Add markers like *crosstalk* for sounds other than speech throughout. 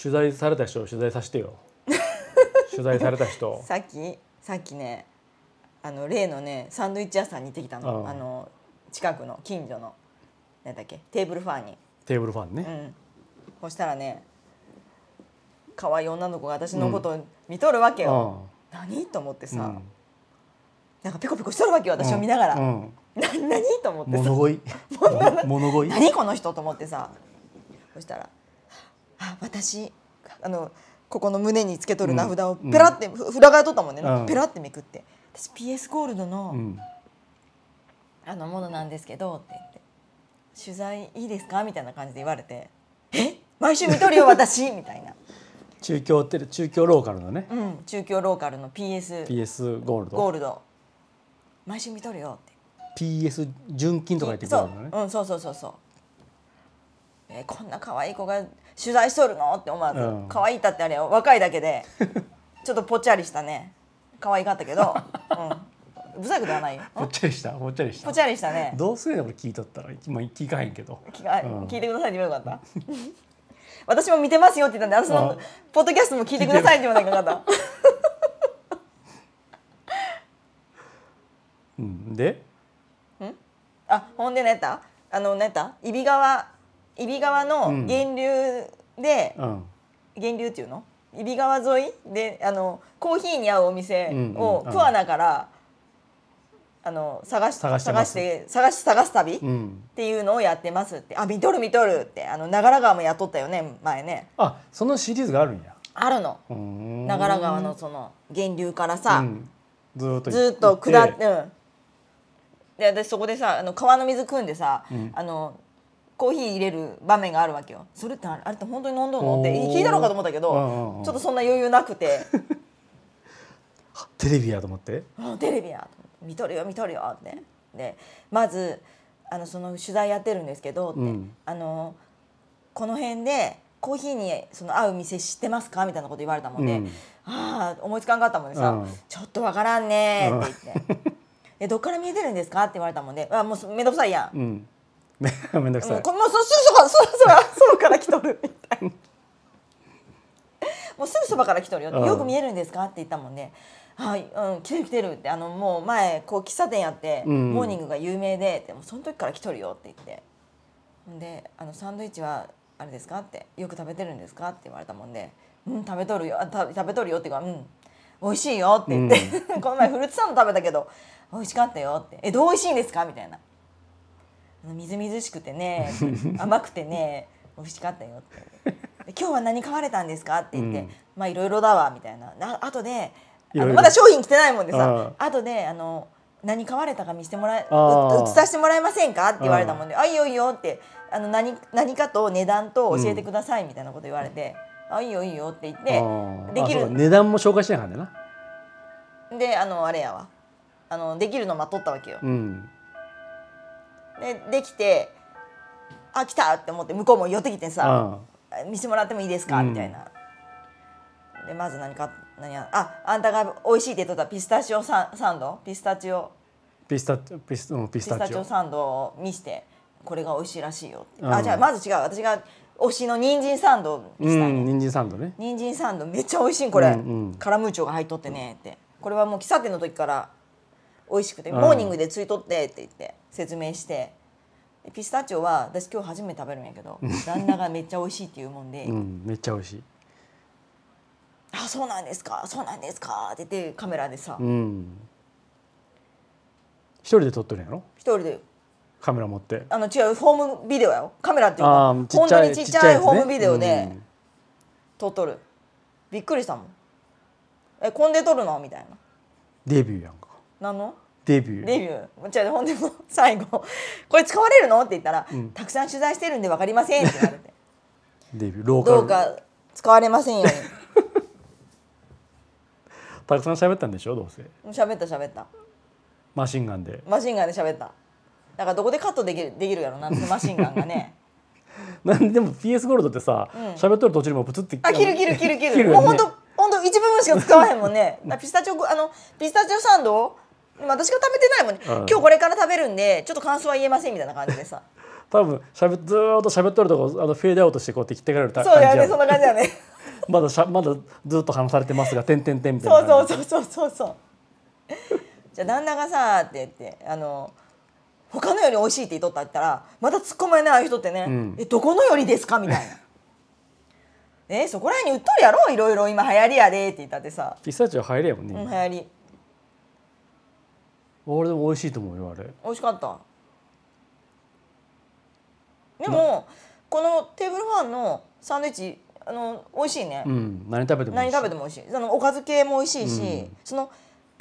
取材された人を取材させて *laughs* よ取材された人さっきさっきねあの例のねサンドイッチ屋さんに行ってきたのうんあの近くの近所のなんだっけテーブルファーにテーブルファンね、うんそしたらね可愛い女の子が私のことを見とるわけうよ、ん何と思ってうさ、んなんかピコピコしとるわけよ私を見ながら、うなん何と思ってさ物乞い物乞い何この人と思ってさそしたら「あ私あのここの胸につけとる名札をうんペラって、ふフラガー取ったもんね、うんペラってめくって「私 PS ゴールドの,、うんあのものなんですけど」って言って「取材いいですか?」みたいな感じで言われて「え毎週見とるよ私」みたいな、中京テレ中京ローカルのねうん、中京ローカルの PS PS ゴールゴードルド毎週見とるよって。 PS 純金とか言ってゴそーうルドね、うん、そうそうそうそう。えーこんな可愛い子が取材しとるのって思わず、うん可愛いだってあれよ若いだ *laughs* けでちょっとぽっちゃりしたね可愛かったけど、うん、不細工ではないよぽっちゃり *laughs* したぽっちゃりしぽたっちゃりしたねどうすれば俺聞いとったら今聞かへんけど聞かうん聞いてくださいって言えばよかった *laughs* 私も見てますよって言ったんで私うのんポッドキャストも聞いてくださいって言わない *laughs* かったうんであほんで何やったあの何やった揖斐川揖斐川のうん源流で、うん源流っていうの揖斐川沿いであのコーヒーに合うお店うんをうんクアナから、あの探し探探してますして探し探す旅、うっんていうのをやってますってあ見とる見とるってあの長良川もやっとったよね前ねあそのシリーズがあるんやあるのうーん長良川のその源流からうさ、んずーっとずーっと下って、行うん、で私そこでさあの川の水汲んでさ、んあのコーヒー入れる場面があるわけよそれってあれあれって本当に飲んどんのっておー聞いたのかと思ったけど、うんうんうんちょっとそんな余裕なくてテレビやと思ってあテレビや見とるよ見とるよってでまずあのその取材やってるんですけどって、うんあのこの辺でコーヒーにその合う店知ってますかみたいなこと言われたもんで、うんああ思いつかんかったもんでさ、うんちょっとわからんねーって言って、でどっから見えてるんですかって言われたもんであもうめんどくさいやん、うん *laughs* めんどくもさういこ *laughs* もうそすぐそば *laughs* そろそろそろから来とるみたい *laughs* なもうすぐそばから来とるよってうんよく見えるんですかって言ったもんねはい、うん、来てる来てるってあのもう前こう喫茶店やって、うんモーニングが有名でってもうその時から来とるよって言ってほんであのサンドイッチはあれですかってよく食べてるんですかって言われたもんでうん食べとるよあた食べとるよっていうかうん美味しいよって言って、 *laughs* この前フルーツサンド食べたけど美味しかったよってえどう美味しいんですかみたいなあのみずみずしくてね *laughs* 甘くてね美味しかったよってで今日は何買われたんですかって言って、うんまあいろいろだわみたいななあとであいろいのろまだ商品来てないもんでさうあとであの何買われたか見せてもらえあーう映させてもらえませんかって言われたもんで「あいいよいいよ」ってあの何何かと値段と教えてくださいみたいなこと言われて「あいいよいいよ」って言あっーてできあそうるか値段も紹介してないはんだなであのあれやわあのできるの待っとったわけよ。うんでできて「あ来た!」って思って向こうも寄ってきてさあ「見せてもらってもいいですか?」うんみたいな。でまず何か何やああんたが美味しいって言っとったピスタチオサンサンドピスタチオピスタチオピスうんピスピスタタチチオオサンドを見してこれが美味しいらしいよって、うんあじゃあまず違う私が推しの人参サンドを見うせたんやん人参サンドね人参サンドめっちゃ美味しいんこれ、うんうんカラムーチョが入っとってねってこれはもう喫茶店の時から美味しくて、うんモーニングでついとってって言って説明してでピスタチオは私今日初めて食べるんや *laughs* けど旦那がめっちゃ美味しいって言うもんで「うんめっちゃ美味しいあそうなんですかそうなんですか」って言ってカメラでさうん一人で撮ってるんやろ一人でカメラ持ってあの違うホームビデオやよカメラっていうかあ本ー当にちっちゃいやつねホームビデオでうん撮っとる、びっくりしたもん「えこんで撮るの?」みたいなデビューやんか「なんの?」デビューデビューじゃあほんでもう *laughs* 最後「これ使われるの?」って言ったら、たくさん取材してるんで分かりません」って言 *laughs* われてデビューロ「どーうカルか使われませんようたくさん喋ったんでしょどうせに」喋った喋ったマシンガンで *laughs* マシンガンで喋っただからどこでカットできるできるやろなんてマシンガンがねなんでも PS ゴールドってさ喋っとる途中にもプツってあ切る切る切る切る切るよねもうほんとほんと一部分しか使わへんもんねだからピスタチオあのピスタチオサンドをでも私が食べてないもんね、うん今日これから食べるんでちょっと感想は言えませんみたいな感じでさ多分しゃべずーっと喋っとるとこあのフェードアウトしてこうやって切ってかれるタそうやねや *laughs* そんな感じだねまだしゃまだずっと話されてますが「てんてんてん」みたいなそうそううそうそうそうそうじゃあ旦那がさって言ってあの他のより美味しいって言っとったって言ったらまた突っ込まれないああいう人ってね、うんえどこのよりですかみたいなえそこら辺に売っとるやろいろいろ今流行りやでって言ったってさ、ピスタチオ入れやもんうね、ん、流行り俺でも美味しいと思うよあれ美味しかったでもこのテーブルファンのサンドイッチあの美味しいね、うん何食べても美何味しい食べても美味しいそのおかず系も美味しいし、うんその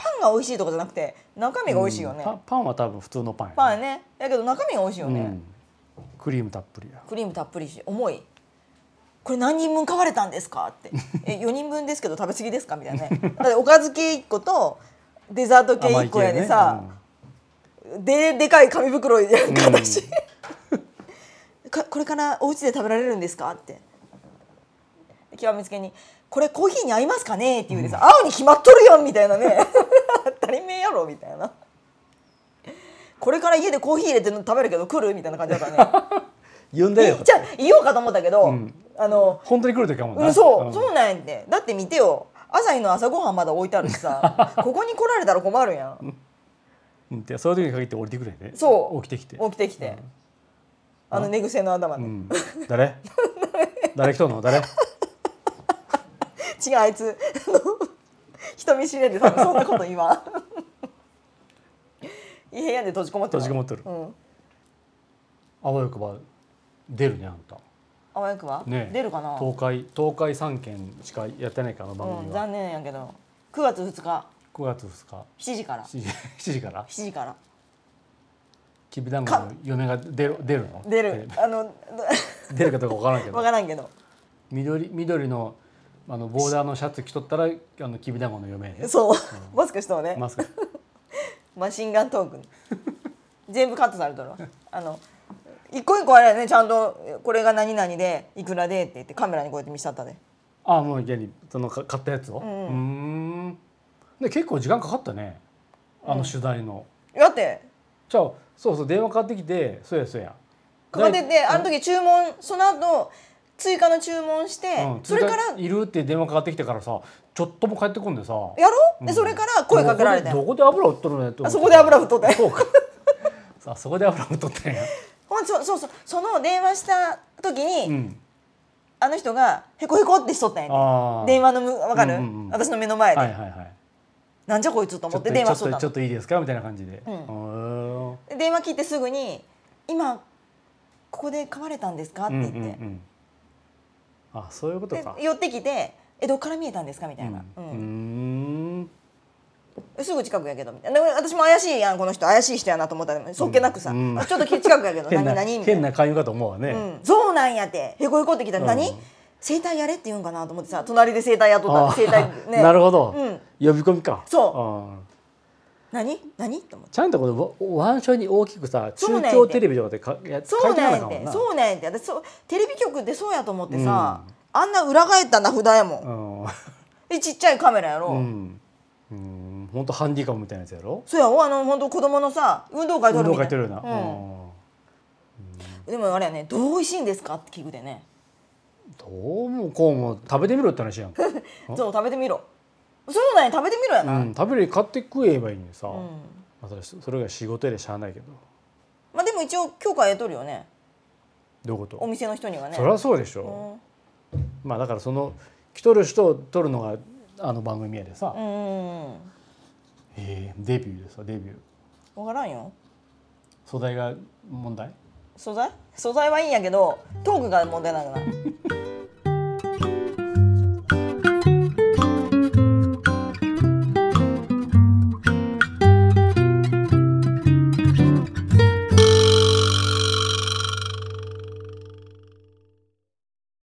パンが美味しいとかじゃなくて中身が美味しいよね、うんパンパンは多分普通のパンやねパンねだけど中身が美味しいよね、うん、クリームたっぷりやクリームたっぷりし重いこれ何人分買われたんですか *laughs* ってえ4人分ですけど食べ過ぎですかみたいなねだっておかず系1個とデザート系甘1い個や系でねさ、ででかい紙袋やんかうん私、かこれからお家で食べられるんですかってで極めつけに「これコーヒーに合いますかね?」って言うでさ「合うに決まっとるやん」みたいなね *laughs* 「当たり前やろ」みたいな「これから家でコーヒー入れて食べるけど来る?」みたいな感じだから *laughs* ねうん言うんだよいじゃあ言おうかと思ったけど、んあの本当に来る時かもな、うんそう、んそうなんやってだって見てよ朝日の朝ごはんまだ置いてあるし *laughs* さここに来られたら困るやんうんでそういう時に限って降りてくれねそう起きてきて起きてきて、あの寝癖の頭うね、ん、誰 *laughs* 誰来とんの誰違うあいつ *laughs* あの人見知りやで多分そんなこと今 *laughs* いい部屋で閉じこもって閉るじこもってるうんあわよくば出るねあんたあわよくば、ね出るかな、東海東海三県しかやってないからあの番うん、組は、残念やけど9月2日9月2日7時から *laughs* 7時 ,7 時から7時からきびだんごの嫁が出る出るの出るあの *laughs* 出出るかどうかわからんけわどからんけど緑緑のあのボーダーのシャツ着とったらあのきびだんごの嫁ねそう、マスクしたのね、マ *laughs* スクマシンガントーク全部カットされたらあの一個一個あれやねちゃんとこれが何々でいくらでって言ってカメラにこうやって見せたったであもう家にそのか買ったやつをうーんで結構時間かかったねあの取材の、だってじゃあそうそう電話かかってきてそうやそうやかかっててあの時注文その後追加の注文して、うんそれからいるって電話かかってきてからさちょっとも帰ってこんでさやろ、でそれから声かけられてどこでどこで油売っとるのやと思あってそこで油売っとったんやそうかさあそこで油売っとったんやほんそそうそうその電話した時に、 *laughs* うんあの人がへこへこってしとったんやああ電話のむわかる、うんうんうん私の目の前で、はいはいはいなんじゃこいつとちょ思っってと電話しちとょっっとたちのょっといいですかみたいな感じで、うんん、で電話切ってすぐに「今ここで噛まれたんですか?」ってうんう言んって、うんあそういうことかで寄ってきて「えどっから見えたんですか?」みたいな、ううんんうーんすぐ近くやけどみたいなで私も怪しいやんこの人怪しい人やなと思ったらそっけなくさ、うんあちょっと近くやけど変何な何みたい変なな勧誘かと思うわね、うん、そうなんやってへこへこってきたら、う何ん生体やれって言うんかなと思ってさ隣で生体やっとったあらあ生体ね *laughs* なるほど、うん呼び込みかそううん何何と思ってちゃんとこのワワンションに大きくさそうなん中やて京テレビとかでかや書そういてなんなやかっもんてなそうなんやって私そうテレビ局ってそうやと思ってさ、あんな裏返った名札やもん、でちっちゃいカメラやろ、うんうん本当ハンディカムみたいなやつやろそうやろあの本当子供のさ運動会撮運るみ動たい会てるような、うんうんでもあれやねどう美味しいんですかって聞くでねどうもこうも食べてみろって話や *laughs* ん、そう食べてみろそうなんや食べてみろやな、うん、食べるより買って食えばいいのにさ、んまあ、それそれが仕事やでしゃあないけどまあでも一応許可得とるよねどういうことお店の人にはねそりゃそうでしょ、まあだからその来とる人を撮るのがあの番組やでさ、うんうんうんえーデビューでさデビュー分からんよ素材が問題素材素材はいいんやけどトークが問題なのかな